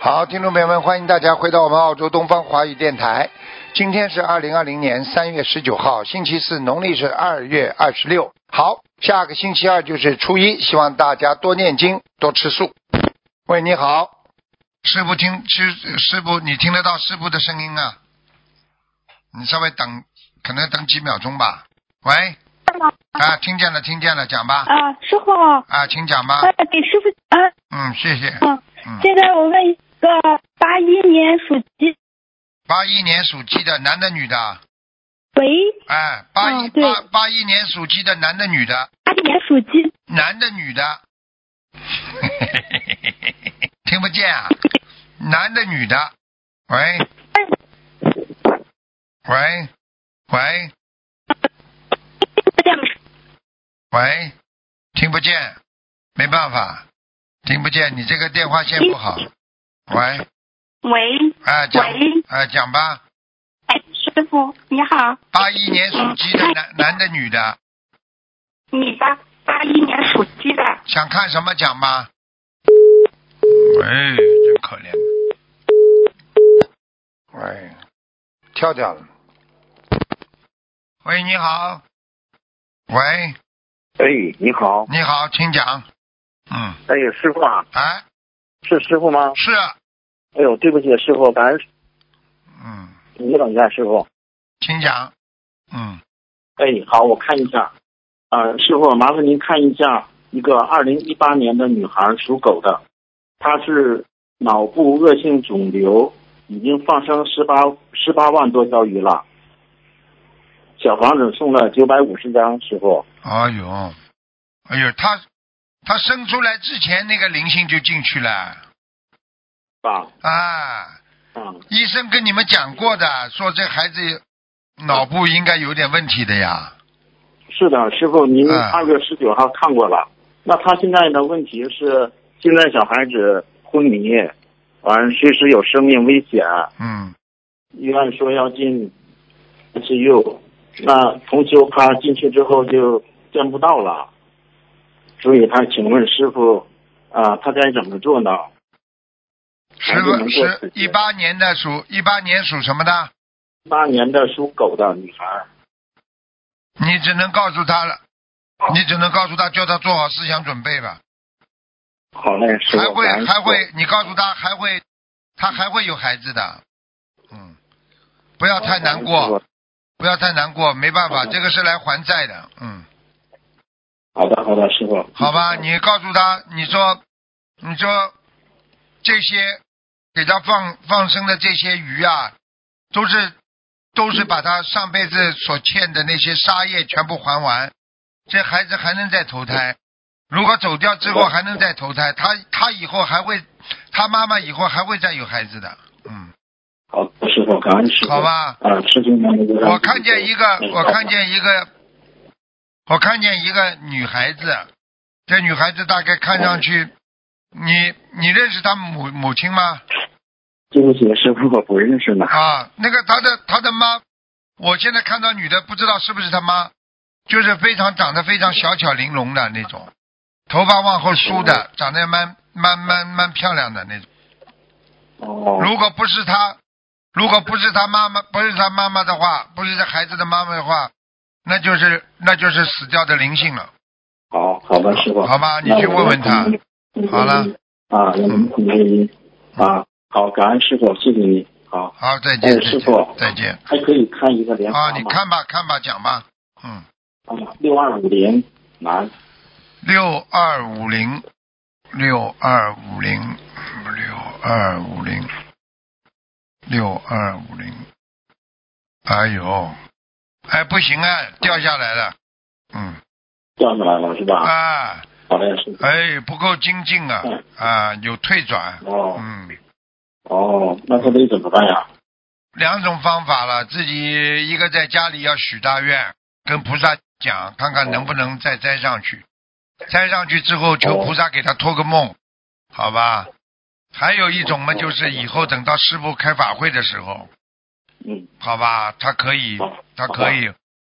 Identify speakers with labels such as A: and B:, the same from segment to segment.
A: 好，听众朋友们，欢迎大家回到我们澳洲东方华语电台。今天是二零二零年三月十九号，星期四，农历是二月二十六。好，下个星期二就是初一，希望大家多念经，多吃素。喂，你好，师傅听师师傅，你听得到师傅的声音啊？你稍微等，可能等几秒钟吧。喂，啊，听见了，听见了，讲吧。
B: 啊，师傅，啊，
A: 啊，请讲吧。
B: 给师傅啊，
A: 嗯，谢谢。
B: 啊，
A: 嗯，
B: 这个我问一个八一年属鸡，
A: 八一年属鸡的，男的女的？啊
B: 喂，
A: 哎，八一、
B: 嗯对
A: 八八一年属鸡的，男的女的？
B: 八一年属鸡，
A: 男的女的？ 听不见啊？男的女的？喂喂喂喂，听不见，没办法，听不见，你这个电话线不好。喂，
B: 喂，
A: 哎讲
B: 喂
A: 哎讲吧，
B: 哎，师傅你好，
A: 八一年属鸡的男男的女的，
B: 你八八一年属鸡的，
A: 想看什么讲吧。喂，哎真可怜。喂，跳掉了。喂，你好。喂，
C: 哎，你好，
A: 你好，请讲。嗯，
C: 哎呀，师傅啊，
A: 哎，
C: 是师傅吗？
A: 是，
C: 哎呦，对不起，师傅，感恩师，
A: 嗯，
C: 你等一下，师傅。
A: 请讲。嗯，
C: 哎，好，我看一下，呃，师傅，麻烦您看一下一个二零一八年的女孩，属狗的，她是脑部恶性肿瘤，已经放生十八十八万多条鱼了，小房子送了九百五十张，师傅。
A: 哎呦，哎呦，他他生出来之前那个灵性就进去了
C: 啊
A: 啊。
C: 啊
A: 医生跟你们讲过的，说这孩子脑部应该有点问题的呀。
C: 是的，师傅，您
A: 嗯
C: 二月十九号看过了。那他现在的问题是，现在小孩子昏迷，完随时有生命危险，
A: 嗯，
C: 医院说要进 ICU。那同修他进去之后就见不到了，所以他请问师傅，啊、他该怎么做呢？
A: 十
C: 孩子
A: 个
C: 能过
A: 十
C: 世
A: 一八年的属一八年属什么的？
C: 八年的属狗的女孩，
A: 你只能告诉他了，你只能告诉他，叫他做好思想准备吧。
C: 好嘞，师
A: 还
C: 傅，感
A: 会
C: 恩
A: 还
C: 师
A: 会，你告诉他还会，他还会有孩子的。嗯，不要
C: 傅
A: 太难
C: 感恩师
A: 过
C: 傅，
A: 不要太难过，没办法，
C: 嗯
A: 这个是来还债的。嗯，
C: 好的好的，师傅。
A: 好吧，你告诉他，你说，你说这些给他放放生的这些鱼啊，都是都是把他上辈子所欠的那些杀业全部还完，这孩子还能再投胎。如果走掉之后还能再投胎，他他以后还会，他妈妈以后还会再有孩子的。嗯，
C: 好的，师傅，感恩师傅。
A: 好吧。
C: 啊，吃进那个。
A: 我看见一
C: 嗯
A: 个，我看见一个，我看见一个女孩子，这女孩子大概看上去，你你认识她母母亲吗？
C: 对不起，师傅，我不认识呢。
A: 啊，那个她的她的妈，我现在看到女的不知道是不是她妈，就是非常长得非常小巧玲珑的那种，头发往后梳的，长得蛮蛮蛮蛮漂亮的那种。
C: 哦，
A: 如果不是他，如果不是他妈妈，不是他妈妈的话，不是这孩子的妈妈的话，那就是那就是死掉的灵性了。
C: 好好的，师傅。
A: 好吧你去问问他嗯
C: 那我。
A: 好了
C: 啊，我们同意啊，好，感恩师傅，谢谢你。好，
A: 好，再见，
C: 哎
A: 再
C: 师
A: 见
C: 傅，哎
A: 再见。
C: 还可以看一个莲
A: 啊，
C: 花
A: 你
C: 吗？
A: 看吧，看吧，讲吧。嗯，
C: 啊，六二五零男，
A: 六二五零，六二五零，六二五零，六二五零。哎呦，哎，不行啊，掉下来了。嗯
C: 掉下来了是吧？
A: 啊。
C: 好嘞，师傅。
A: 哎，不够精进啊
C: 嗯
A: 啊，有退转，
C: 哦
A: 嗯，
C: 哦，那他得怎么办呀？
A: 两种方法了，自己一个在家里要许大愿，跟菩萨讲，看看能不能再摘上去，摘上去之后求菩萨给他托个梦，好吧？还有一种嘛，就是以后等到师傅开法会的时候，
C: 嗯，
A: 好吧，他可以
C: 好，
A: 他可以，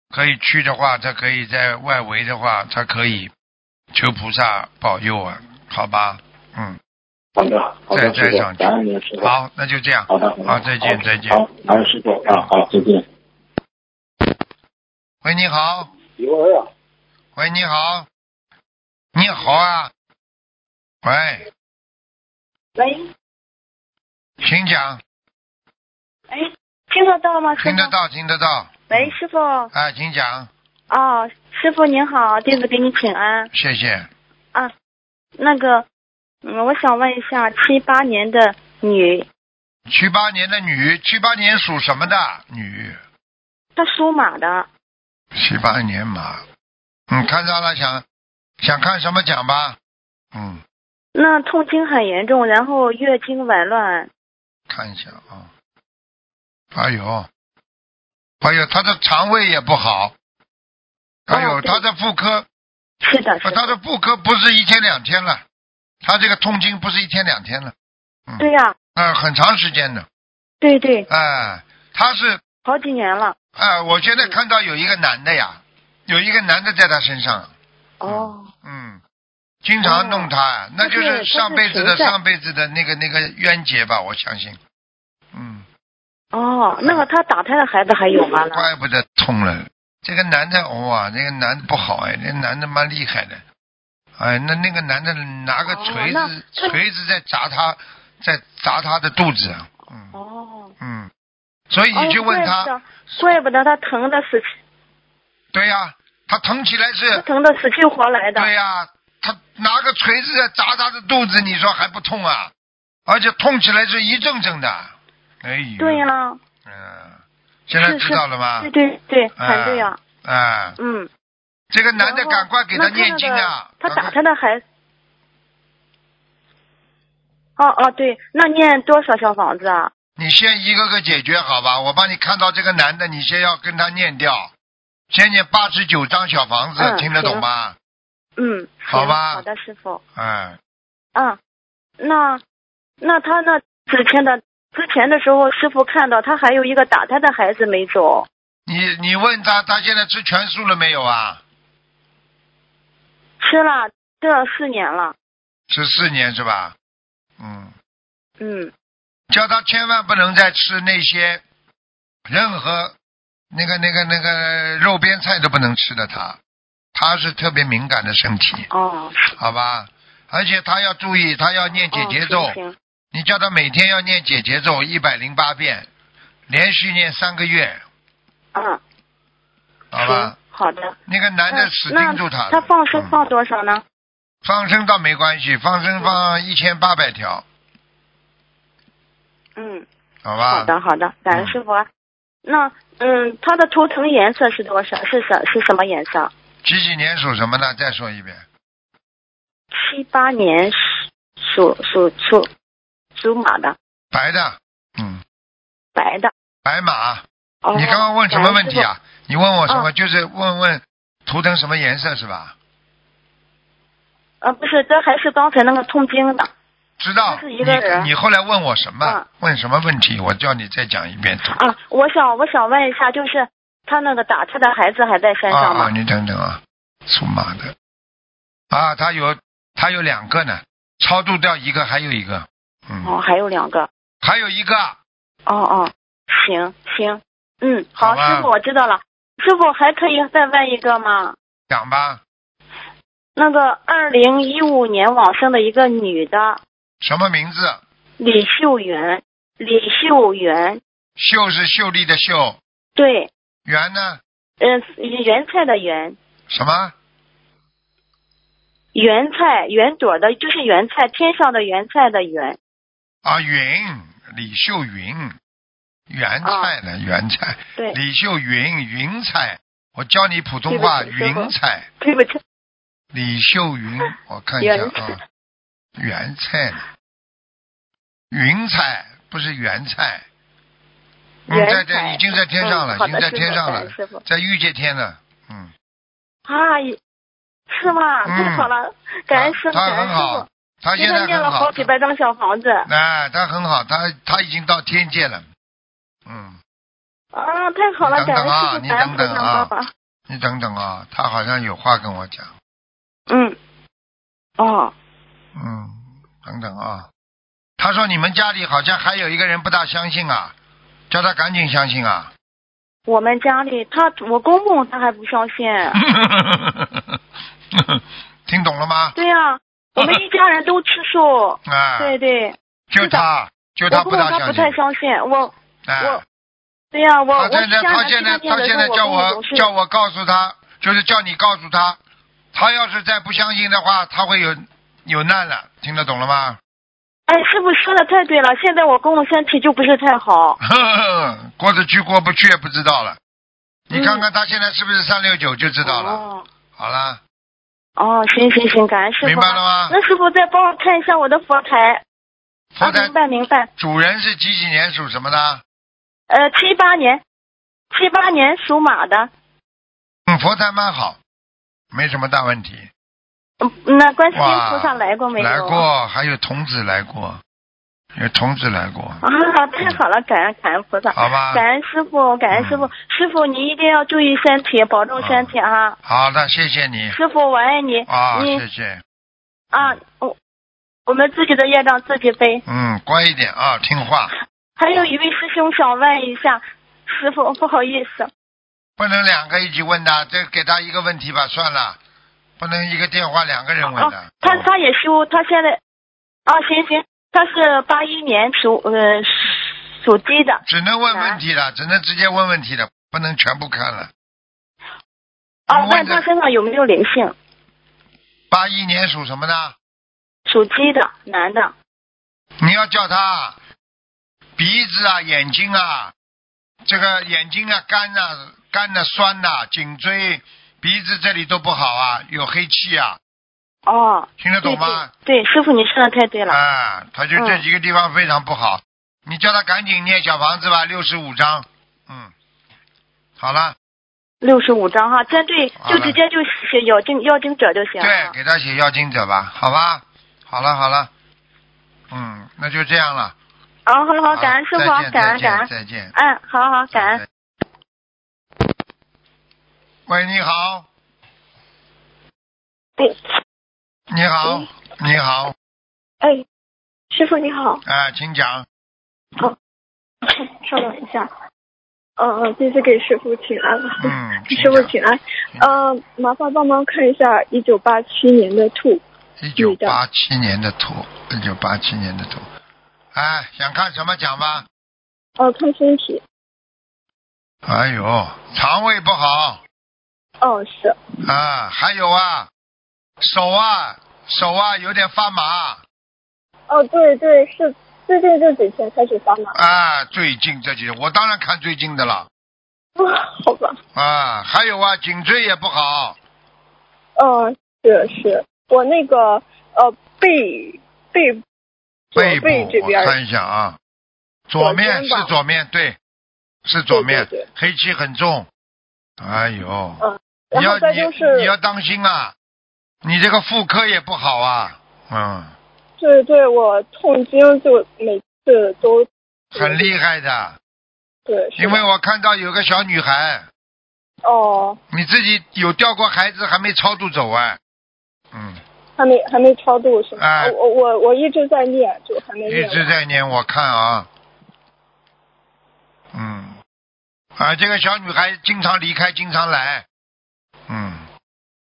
A: 可以去的话，他可以在外围的话，他可以求菩萨保佑啊，好吧？嗯，
C: 好的，好
A: 再
C: 的，
A: 再
C: 师
A: 上去
C: 傅，感恩您师傅。
A: 好，那就这样。
C: 好的，
A: 好再见再见
C: 好，感恩师傅啊，好，再见。
A: 喂，你好，
C: 有啊，
A: 喂，你好，你好啊，喂，
B: 喂，
A: 请讲，
B: 哎，听得到啊吗？师傅
A: 听得。到，听得到，
B: 喂，师傅，
A: 啊，请讲，
B: 哦，师傅您好，弟子给你请安。啊
A: 谢谢。
B: 那个，嗯，我想问一下，七八年的女，
A: 七八年的女，七八年属什么的女？
B: 她属马的，
A: 七八年马，嗯，看上了想想看什么讲吧，嗯，
B: 那痛经很严重，然后月经紊乱，
A: 看一下啊，哎还有，还有哎她的肠胃也不好，还有
B: 哦对
A: 她的妇科，
B: 是的，是
A: 呃她
B: 的，
A: 的妇科不是一天两天了，她这个痛经不是一天两天了，
B: 对呀、
A: 呃，很长时间的，
B: 对对，
A: 哎、她是
B: 好几年了。
A: 哎、我现在看到有一个男的呀，有一个男的在她身上，
B: 哦，
A: 嗯，经常弄他，那就
B: 就是
A: 是上辈子的
B: 他是谁的
A: 上辈子的那个那个冤结吧，我相信。嗯，
B: 哦，那个她打胎的孩子还有吗？
A: 怪不得痛了。这个男的，哇，那个男的不好哎，那个男的蛮厉害的。哎，那那个男的拿个
B: 哦
A: 锤子，
B: 那他
A: 锤子在砸他，在砸他的肚子。嗯
B: 哦，
A: 嗯，所以
B: 哦
A: 你去问他，
B: 怪不得，怪不得她疼的死去，
A: 对呀、他疼起来
B: 她
A: 是，
B: 疼的死去活来的。
A: 对呀、他拿个锤子在砸他的肚子，你说还不痛啊？而且痛起来是一阵阵的。哎呦。
B: 对呀、
A: 嗯，现在知道了吗
B: 对？对对，
A: 啊
B: 很对呀、
A: 啊，
B: 嗯。
A: 这个男的
B: 然后
A: 赶快给他念经啊！
B: 那
A: 赶快
B: 看那个他打他的孩子。哦哦，对，那念多少小房子啊？
A: 你先一个个解决好吧？我帮你看到这个男的，你先要跟他念掉，先念八十九张小房子，
B: 嗯
A: 听得懂吗？
B: 嗯，
A: 好
B: 行
A: 吧
B: 好的，师傅。
A: 嗯，
B: 嗯，那那他那之前的之前的时候，师傅看到他还有一个打胎的孩子没走。
A: 你你问他，他现在吃全素了没有啊？
B: 吃了吃了四年了，
A: 吃四年是吧？嗯，
B: 嗯，
A: 叫他千万不能再吃那些任何那个那个那个肉边菜都不能吃的他，他是特别敏感的身体。
B: 哦，
A: 好吧？而且他要注意，他要念解结咒。
B: 哦行行
A: 你叫他每天要念解结咒一百零八遍，连续念三个月，
B: 嗯，
A: 好吧
B: 行？，好的。
A: 那个男的
B: 嗯
A: 死
B: 那
A: 盯住他了。
B: 他放生
A: 嗯
B: 放多少呢？
A: 放生倒没关系，放生放一千八百条，
B: 嗯，
A: 好吧？
B: 好的，好的，感
A: 嗯
B: 恩师傅啊。那嗯，它的图腾颜色是多少？是什是什么颜色？
A: 几几年属什么呢？再说一遍。
B: 七八年属属属属马的，
A: 白的，嗯，
B: 白的。
A: 白马。
B: 哦，
A: 你刚刚问什么问题
B: 感恩师
A: 啊？你问我什么？就是问问图腾什么颜色是吧？
B: 傅？呃，不是，这还是刚才那个痛经的。
A: 知道。
B: 他是一个人
A: 你你后来问我什么？
B: 嗯
A: 问什么问题？我叫你再讲一遍。
B: 啊，我想我想问一下，就是他那个打胎的孩子还在身上
A: 啊啊！
B: 吗？
A: 你等等啊，属马的啊，他有他有两个呢，超度掉一个，还有一个，嗯，
B: 哦，还有两个。
A: 还有一个
B: 哦哦，行行，嗯，好，
A: 好吧
B: 师傅我知道了。师傅还可以再问一个吗？
A: 讲吧，
B: 那个二零一五年往生的一个女的
A: 什么名字？
B: 李秀媛，李秀媛，
A: 秀是秀丽的秀，
B: 对，
A: 圆呢？
B: 嗯、呃，圆菜的圆，
A: 什么？
B: 圆菜圆朵的，就是圆菜，天上的圆菜的圆。
A: 啊，云，李秀云，原菜
B: 哦
A: 呢？原菜，
B: 对，
A: 李秀云，云彩。我教你普通话，
B: 对不起师傅
A: 云彩，
B: 对不起，
A: 李秀云，我看一下
B: 原
A: 啊，原菜呢，云彩不是原菜，嗯，
B: 原
A: 在在
B: 彩
A: 已经在天上了，
B: 嗯好
A: 已
B: 的
A: 经在天上
B: 师
A: 了
B: 傅，师傅
A: 在御界天了，嗯，
B: 啊，是吗？
A: 嗯
B: 太好了，感恩师傅，
A: 他他
B: 感恩
A: 很
B: 师傅
A: 好。，他现
B: 现
A: 在
B: 念
A: 很
B: 了好
A: 好，
B: 几百张小房子
A: 哎，他很好，他他已经到天界了，嗯，
B: 啊，太好了，
A: 你等
B: 感
A: 等啊
B: 恩师傅，感
A: 你
B: 恩菩
A: 等
B: 萨
A: 等啊
B: 爸爸。
A: 你等等啊，他好像有话跟我讲，
B: 嗯，哦，
A: 嗯，等等啊，他说你们家里好像还有一个人不大相信啊，叫他赶紧相信啊。
B: 我们家里他我公公他还不相信。
A: 听懂了吗？
B: 对呀、我们一家人都吃素。
A: 啊，
B: 对对，
A: 就是
B: 的
A: 他，就
B: 我
A: 他
B: 公
A: 不
B: 公
A: 大
B: 他
A: 相
B: 不太
A: 信。
B: 相信我。
A: 哎
B: 我，对呀、我
A: 他
B: 我
A: 现
B: 一
A: 在
B: 家
A: 他现
B: 人
A: 在
B: 天天
A: 他
B: 的
A: 现
B: 时
A: 在
B: 候，
A: 叫
B: 我公公
A: 我
B: 总是
A: 叫我告诉他，就是叫你告诉他，他要是再不相信的话，他会有有难了，听得懂了吗？
B: 哎，师傅说的太对了，现在我公公身体就不是太好。
A: 过得去过不去也不知道了。你看看他现在是不是三六九就知道了。
B: 嗯哦
A: 好了，
B: 哦，行行行，感恩师傅。
A: 明白了吗？
B: 那师傅再帮我看一下我的佛台。
A: 佛
B: 啊、
A: 台
B: 明白明白。
A: 主人是几几年属什么的？
B: 呃，七八年，七八年属马的。
A: 嗯，佛台蛮好，没什么大问题。
B: 嗯，那观世音
A: 哇，
B: 菩萨来过没有？啊
A: 来。过，还有童子来过，有童子来过。
B: 啊，太好了，感恩感恩菩萨。
A: 好吧
B: 感恩师傅，感恩师傅，
A: 嗯
B: 师傅你一定要注意身体，保重身体啊！
A: 好的，谢谢你
B: 师傅我爱你，
A: 啊，
B: 你
A: 谢谢。
B: 啊，我我们自己的业障自己背。
A: 嗯，乖一点啊，听话，
B: 还有一位师兄想问一下，师傅不好意思，
A: 不能两个一起问的，这给他一个问题吧，算了，不能一个电话两个人问的。哦
B: 啊，他他也修，他现在啊，行行，他是八一年属呃属鸡的
A: 只能问问题了，只能直接问问题了，不能全部看了。
B: 啊，
A: 我
B: 问
A: 哦问
B: 他
A: 的
B: 身上有没有灵性，
A: 八一年属什么的？
B: 属鸡的男的，
A: 你要叫他鼻子啊、眼睛啊，这个眼睛啊干啊、干啊、酸呐、颈椎、鼻子这里都不好啊，有黑气啊，
B: 哦，
A: 听得
B: 对
A: 懂吗？
B: 对对，师傅你说的太对了，
A: 啊，他就这几个地方非常不好，你叫他赶紧念小房子吧，六十五章。嗯，好了，
B: 六十五章哈，针对
A: 好
B: 就
A: 了
B: 直接就写要经要经者就行啊
A: 对，
B: 了，
A: 给他写要经者吧，好吧，好了好了，嗯，那就这样了。
B: 啊，好好，感恩师傅
A: 再，见
B: 感
A: 再
B: 恩
A: 见
B: 感恩，
A: 再见。
B: 嗯，好好，感恩。。
A: 喂，你好，
D: 哎
A: 你好，你好，
D: 哎，师傅你好，
A: 哎，请讲。
D: 稍等一下。呃，这次给师傅请安了。
A: 嗯，请
D: 师傅
A: 讲
D: 请安。呃，麻烦帮忙看一下一九八七年的兔。
A: 一九八七年的图，一九八七年的图，哎，想看什么讲吧。
D: 呃，看身体。
A: 哎呦，肠胃不好
D: 哦，是。
A: 啊，还有啊，手啊手啊有点发麻
D: 哦，对对，是最近这几天开始发麻。
A: 啊，最近这几天我当然看最近的了
D: 哇，哦好吧。
A: 啊，还有啊，颈椎也不好，
D: 嗯、是是，我那个呃背背左
A: 背部
D: 背这边
A: 我看一下啊，左面
D: 左肩
A: 是
D: 膀
A: 左面对，是左面，
D: 对对对
A: 黑气很重，哎呦，
D: 嗯
A: 你
D: 然
A: 要
D: 后再
A: 你
D: 就是
A: 你要当心啊，你这个妇科也不好啊，嗯，
D: 对对，我痛经就每次都
A: 很厉害的，
D: 嗯对，是的
A: 因为我看到有个小女孩。
D: 哦
A: 你自己有掉过孩子还没超度走啊？嗯，
D: 还没还没超度是吗？
A: 哎
D: 我我我一直在念，就还没
A: 一
D: 念
A: 直
D: 完。
A: 在念，我看啊，嗯，啊，这个小女孩经常离开，经常来，嗯，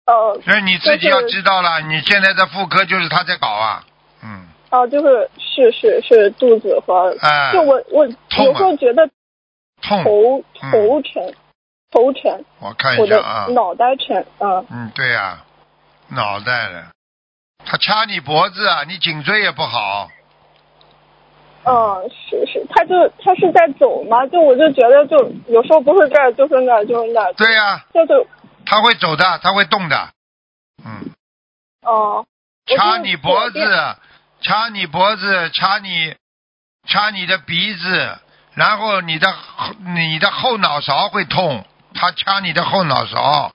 D: 哦
A: 所以你自己要
D: 就是
A: 知道了，你现在的妇科就是她在搞啊，嗯，
D: 哦，就是是是是肚子和，
A: 哎、
D: 就我我
A: 痛啊
D: 有时候觉得
A: 痛，
D: 头
A: 嗯
D: 头沉，头沉，
A: 我看
D: 我
A: 一下
D: 的
A: 啊，
D: 脑袋沉，嗯，
A: 嗯，对呀、脑袋了，她掐你脖子啊，你颈椎也不好，
D: 哦，是是，他就他是在走嘛，就我就觉得就有时候不是这儿就是那儿就是那儿，
A: 对呀、
D: 就是
A: 她会走的，她会动的，嗯。
D: 哦，我
A: 掐
D: 就
A: 你脖
D: 左边
A: 子，啊掐你脖子，掐你，掐你的鼻子，然后你的后你的后脑勺会痛，他掐你的后脑勺，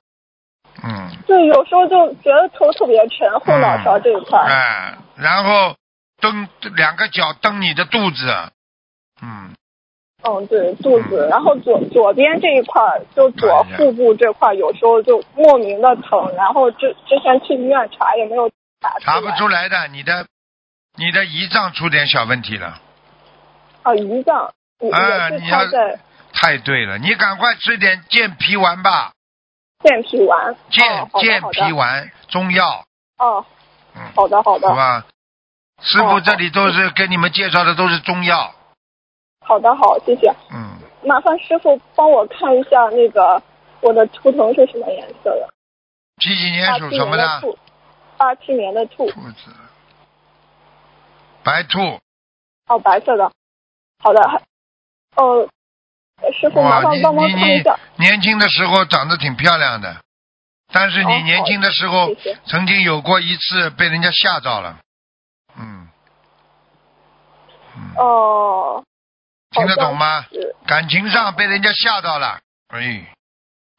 A: 嗯，
D: 对，有时候就觉得头特别沉，后脑勺这一块儿，
A: 哎，然后蹬两个脚蹬你的肚子，嗯，
D: 嗯，对，肚子，然后左左边这一块儿，就左
A: 哎呀
D: 腹部这块儿，有时候就莫名的疼，然后之之前去医院查也没有查
A: 查不
D: 来
A: 出来的，你的你的胰脏出点小问题了。
D: 哦，胰脏，也
A: 哎
D: 也
A: 你
D: 是
A: 要
D: 他在
A: 太对了，你赶快吃点健脾丸吧，
D: 健脾丸。
A: 健
D: 哦、好的
A: 健
D: 好的
A: 脾丸中药，
D: 哦，
A: 嗯，
D: 好的哦好
A: 好
D: 的，
A: 吧？师
D: 哦
A: 傅
D: 好
A: 这里都是给你们介绍的都是中药，
D: 好的好，谢谢。
A: 嗯，
D: 麻烦师傅帮我看一下那个我的图腾是什么颜色的？
A: 几几年
D: 二
A: 属什
D: 七年
A: 么
D: 的
A: 的？
D: 兔，二七年啊的兔，
A: 兔子，白兔，
D: 哦，白色的。好的，呃，师傅麻
A: 哇，
D: 烦
A: 你
D: 帮忙
A: 你
D: 看一
A: 你
D: 下。
A: 年轻的时候长得挺漂亮的，但是
D: 哦
A: 你年
D: 好
A: 轻的时候
D: 谢谢
A: 曾经有过一次被人家吓到了，嗯，嗯，
D: 哦，
A: 听得懂吗？
D: 是
A: 感情上被人家吓到了，哎，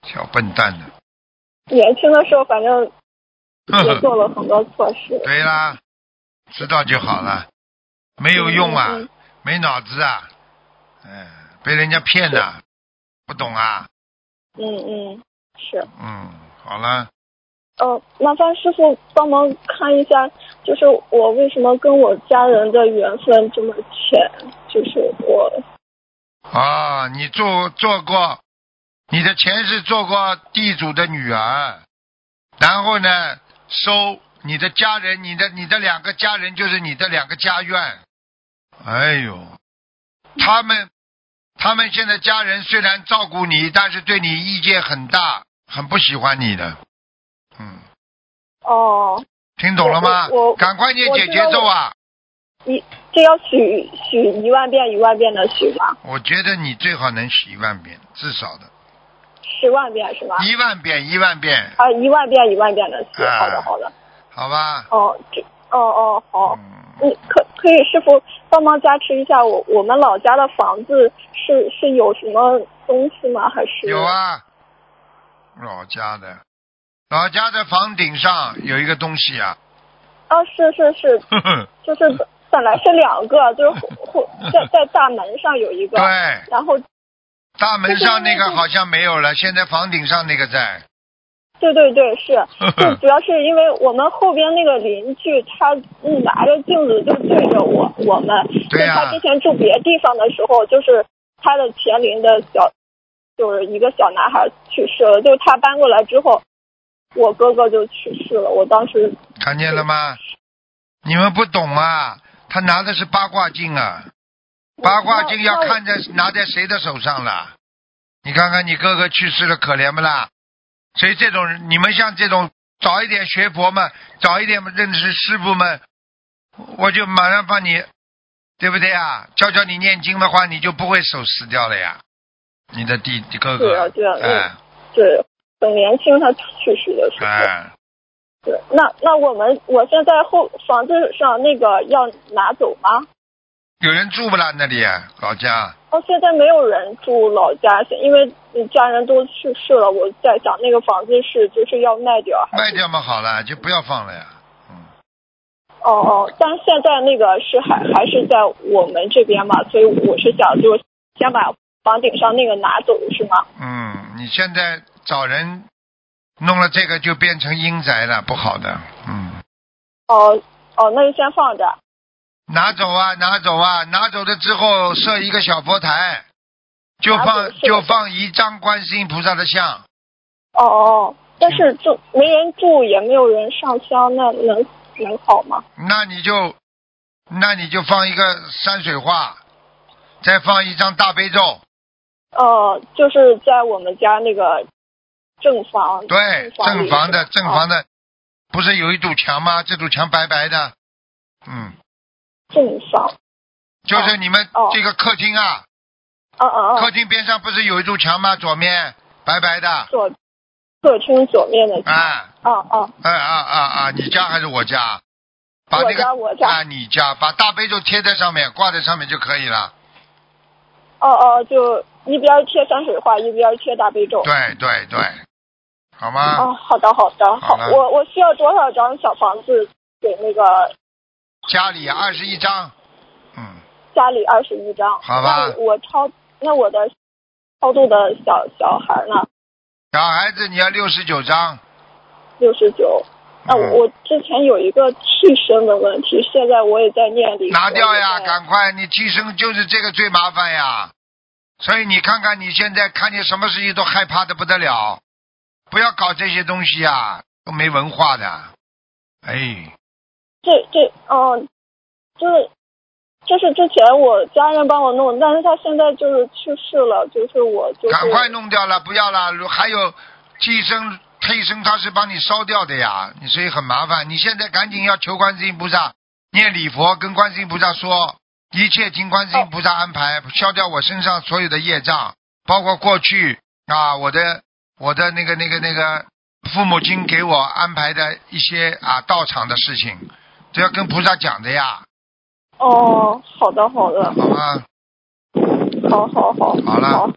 A: 小笨蛋啊呢？
D: 年轻的时候，反正
A: 呵
D: 也
A: 呵，
D: 做了很多错事。
A: 对啦，知道就好了，没有用啊，
D: 嗯
A: 没脑子啊，嗯，被人家骗了，不懂啊，
D: 嗯嗯，是。
A: 嗯，好了，
D: 呃，麻烦师傅帮忙看一下，就是我为什么跟我家人的缘分这么浅？就是我，
A: 啊，你做做过，你的前世做过地主的女儿，然后呢，收你的家人，你的你的两个家人就是你的两个家院，哎呦，他们他们现在家人虽然照顾你，但是对你意见很大，很不喜欢你的，嗯，
D: 哦，
A: 听懂了吗
D: 我我？
A: 赶快念
D: 我
A: 姐
D: 知
A: 姐
D: 道
A: 咒
D: 我
A: 啊！
D: 一这要许许一万遍一万遍的许吗？
A: 我觉得你最好能许一万遍，至少的
D: 十万遍是吧？
A: 一万遍，一万遍，
D: 啊，一万遍一万遍的许。
A: 啊
D: 好的好的。
A: 好吧？
D: 哦，这哦哦好。
A: 嗯。
D: 你可可以师傅帮忙加持一下我我们老家的房子是是有什么东西吗？还是
A: 有？啊，老家的，老家的房顶上有一个东西啊，
D: 啊，是是是，
A: 呵呵，
D: 就是本本来是两个，就是后在在大门上有一个，
A: 对，
D: 然后
A: 大门上那
D: 对对
A: 个
D: 对
A: 好像没有了，现在房顶上那个在，
D: 对对 对是，
A: 呵
D: 就
A: 呵，
D: 主要是因为我们后边那个邻居他嗯拿着镜子就对着我我们，就
A: 对呀
D: 他之前住别地方的时候，就是他的前邻的小就是一个小男孩去世了，就是他搬过来之后。我哥哥就去世了，我当时
A: 看见了吗？你们不懂啊，他拿的是八卦镜啊，八卦镜要看在拿在谁的手上了？你看看你哥哥去世了，可怜不啦？所以这种人，你们像这种早一点学佛嘛，早一点认识师傅们，我就马上帮你，对不对啊？教教你念经的话，你就不会手死掉了呀。你的弟弟哥
D: 对
A: 哥
D: 啊，对啊
A: 哎
D: 对很年轻，他去世的时候。
A: 哎，
D: 对，那那我们我现在后房子上那个要拿走吗？
A: 有人住不啦？那里啊老家
D: 哦，现在没有人住老家，因为家人都去世了。我在想那个房子是就是要卖掉还
A: 卖
D: 是？
A: 掉嘛，好了，就不要放了呀。嗯，
D: 哦哦，但是现在那个是还还是在我们这边嘛，所以我是想就先把房顶上那个拿走是吗？
A: 嗯，你现在找人弄了这个就变成阴宅了，不好的。嗯，
D: 哦哦，那就先放着。
A: 拿走啊，拿走啊，拿走了之后设一个小佛台，就
D: 拿走
A: 放
D: 啊是的
A: 就放一张观世音菩萨的像，
D: 哦哦，但是就没人住，也没有人上香，那能能好吗？
A: 那你就那你就放一个山水画，再放一张大悲咒，
D: 呃，就是在我们家那个正房，
A: 对，
D: 正
A: 正
D: 房
A: 房
D: 里
A: 的
D: 是吧
A: 正
D: 啊
A: 房的，不是有一堵墙吗？这堵墙白白的，嗯，
D: 啊正房，
A: 就是你们
D: 哦
A: 这个客厅啊。
D: 啊啊
A: 客
D: 啊，
A: 厅边上不是有一堵墙吗？左面白白的，啊
D: 左客厅左面的墙，
A: 啊
D: 啊啊，
A: 啊啊啊！你家还是我家？把
D: 我
A: 那个
D: 家我家
A: 啊，你家把大悲咒贴在上面，挂在上面就可以了。
D: 哦哦，就一边贴山水画，一边贴大悲咒。
A: 对对对，好吗？
D: 哦，好的好的，
A: 好
D: 好
A: 了，
D: 我我需要多少张小房子给那个
A: 家里二十一张，嗯，
D: 家里二十一张？
A: 好吧
D: 那我超那我的超度的小小孩呢？
A: 小孩子你要六十九张，
D: 六十九。那
A: 嗯
D: 我之前有一个替身的问题，现在我也在念礼佛。
A: 拿掉呀，
D: 也在
A: 赶快！你替身就是这个最麻烦呀。所以你看看你现在看见什么事情都害怕的不得了，不要搞这些东西呀，都没文化的。哎，
D: 这这嗯，就是就是之前我家人帮我弄，但是他现在就是去世了，就是我就是
A: 赶快弄掉了，不要了。如还有替身，替身他是帮你烧掉的呀，你所以很麻烦。你现在赶紧要求观世音菩萨念礼佛，跟观世音菩萨说，一切听观世音菩萨安排，消掉我身上所有的业障，包括过去啊我的我的那个那个那个父母亲给我安排的一些啊道场的事情，都要跟菩萨讲的呀，
D: 哦，好的好的，
A: 好吗？
D: 好好好，
A: 好了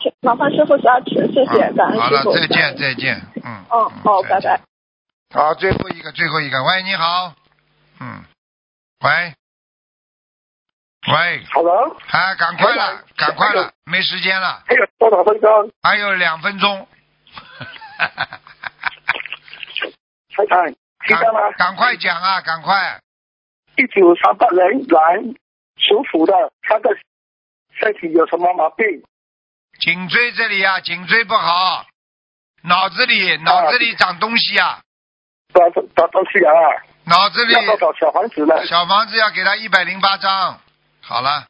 D: 请麻烦师傅加持，谢谢，感恩
A: 好
D: 师
A: 了
D: 傅。，
A: 再见再见，嗯。
D: 嗯，好，
A: 再
D: 拜
A: 见
D: 拜。
A: 好，最后一个，最后一个。喂，你好。嗯。喂。喂，
E: Hello，哎
A: 啊，赶快
E: 台
A: 了
E: 长，
A: 赶快
E: 台
A: 了，没时间了，
E: 还有多少分钟？
A: 还有两分钟。
E: 台长，听到吗
A: 赶？赶快讲啊，赶快！
E: 一九三八年男，属虎的，他的身体有什么毛病？
A: 颈椎这里啊，颈椎不好，脑子里脑子里长东西啊，
E: 找找东西啊？
A: 脑子里
E: 要多少小房子呢？
A: 小房子要给他一百零八张。好了，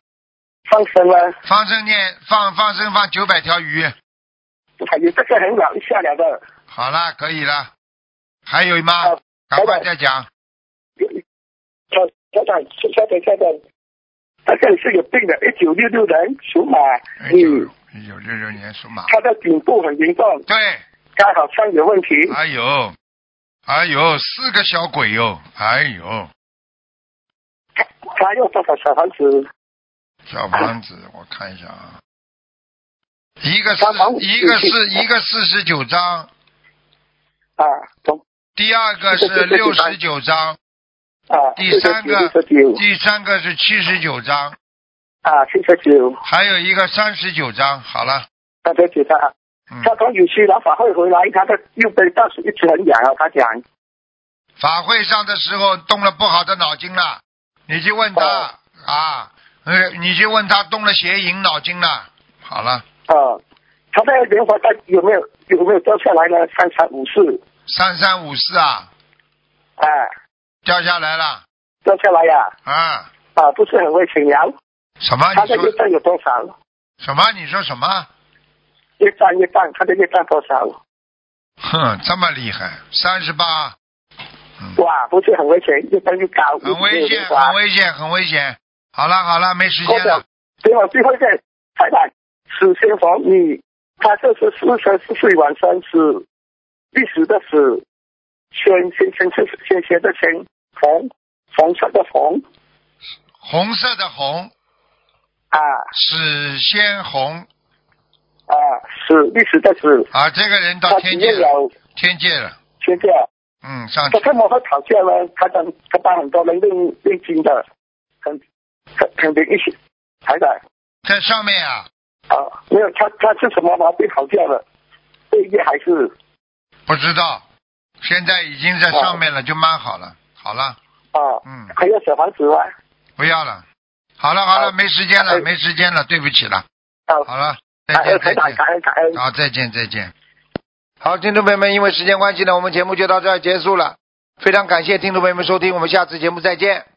E: 放生呢？
A: 放生念放放生放九百条鱼，
E: 还有这个很老下来的，
A: 好了，可以了。还有吗
E: 啊？
A: 赶快
E: 台
A: 再
E: 长
A: 讲。
E: 他他长，稍等稍等，他这里是有病的，一九六六年属马
A: 一
E: 女，
A: 九一九六六年属马。
E: 他的颈部很严重，
A: 对，
E: 他好像有问题。
A: 哎呦，哎呦，四个小鬼哟、哎呦，
E: 他他要多少小房子？
A: 小房子，我看一下啊，一个是
E: 小房子
A: 一个是一个四十九张，
E: 啊，从
A: 第二个是六十九张，
E: 啊，
A: 第三个
E: 六十九
A: 第三个是七十九张，
E: 啊，七十九，
A: 还有一个三十九张。好了，
E: 大家觉得啊？
A: 嗯，
E: 他从有些老法会回来，他的右边倒是一直很痒啊。他讲，
A: 法会上的时候动了不好的脑筋了，你去问他
E: 哦
A: 啊，呃，你去问他动了邪淫脑筋了。好了，
E: 呃，他的莲花带有没有有没有掉下来呢？三三五四
A: 三三五四啊。
E: 啊，
A: 掉下来了
E: 掉下来呀、
A: 啊？
E: 啊，不是很会请羊。
A: 什么？
E: 他
A: 你
E: 的业
A: 说
E: 障有多
A: 嗯
E: 少？
A: 什么？你说什么？
E: 业障业障，他的业障多少？
A: 哼，这么厉害，三十八，嗯，
E: 哇，不是很危险，越障越高，
A: 很危险，很危险，很危险。好了好了，没时
E: 或
A: 间
E: 者
A: 了。，
E: 给我最后一个太太，史先逢女，她就是四十四岁晚上死，历史的史，先先先先先先的先，红红色的红
A: 红色的红，
E: 啊
A: 史先红
E: 啊，史历史的史，
A: 啊，这个人到
E: 她
A: 天
E: 只
A: 界
E: 有
A: 了，
E: 有
A: 天界了，
E: 现在，
A: 嗯，上去
E: 她 跟我们吵架呢，她跟她帮很多人认认经的，很很很灵一些，太太。
A: 在上面啊，
E: 啊，没有，他他是什么毛病好掉了？背业还是
A: 不知道，现在已经在上面了，就蛮好了。好了，
E: 啊？
A: 嗯，
E: 还有小房子吗？
A: 不要了。好了好了，
E: 好
A: 没时间
E: 哎
A: 了，没时间了，对不起了。
E: 啊，
A: 好了，再
E: 感
A: 见
E: 恩
A: 再
E: 台
A: 见
E: 长，。感恩感恩。
A: 好，再见，再见。好，听众朋友们，因为时间关系呢，我们节目就到这儿结束了。非常感谢听众朋友们收听，我们下次节目再见。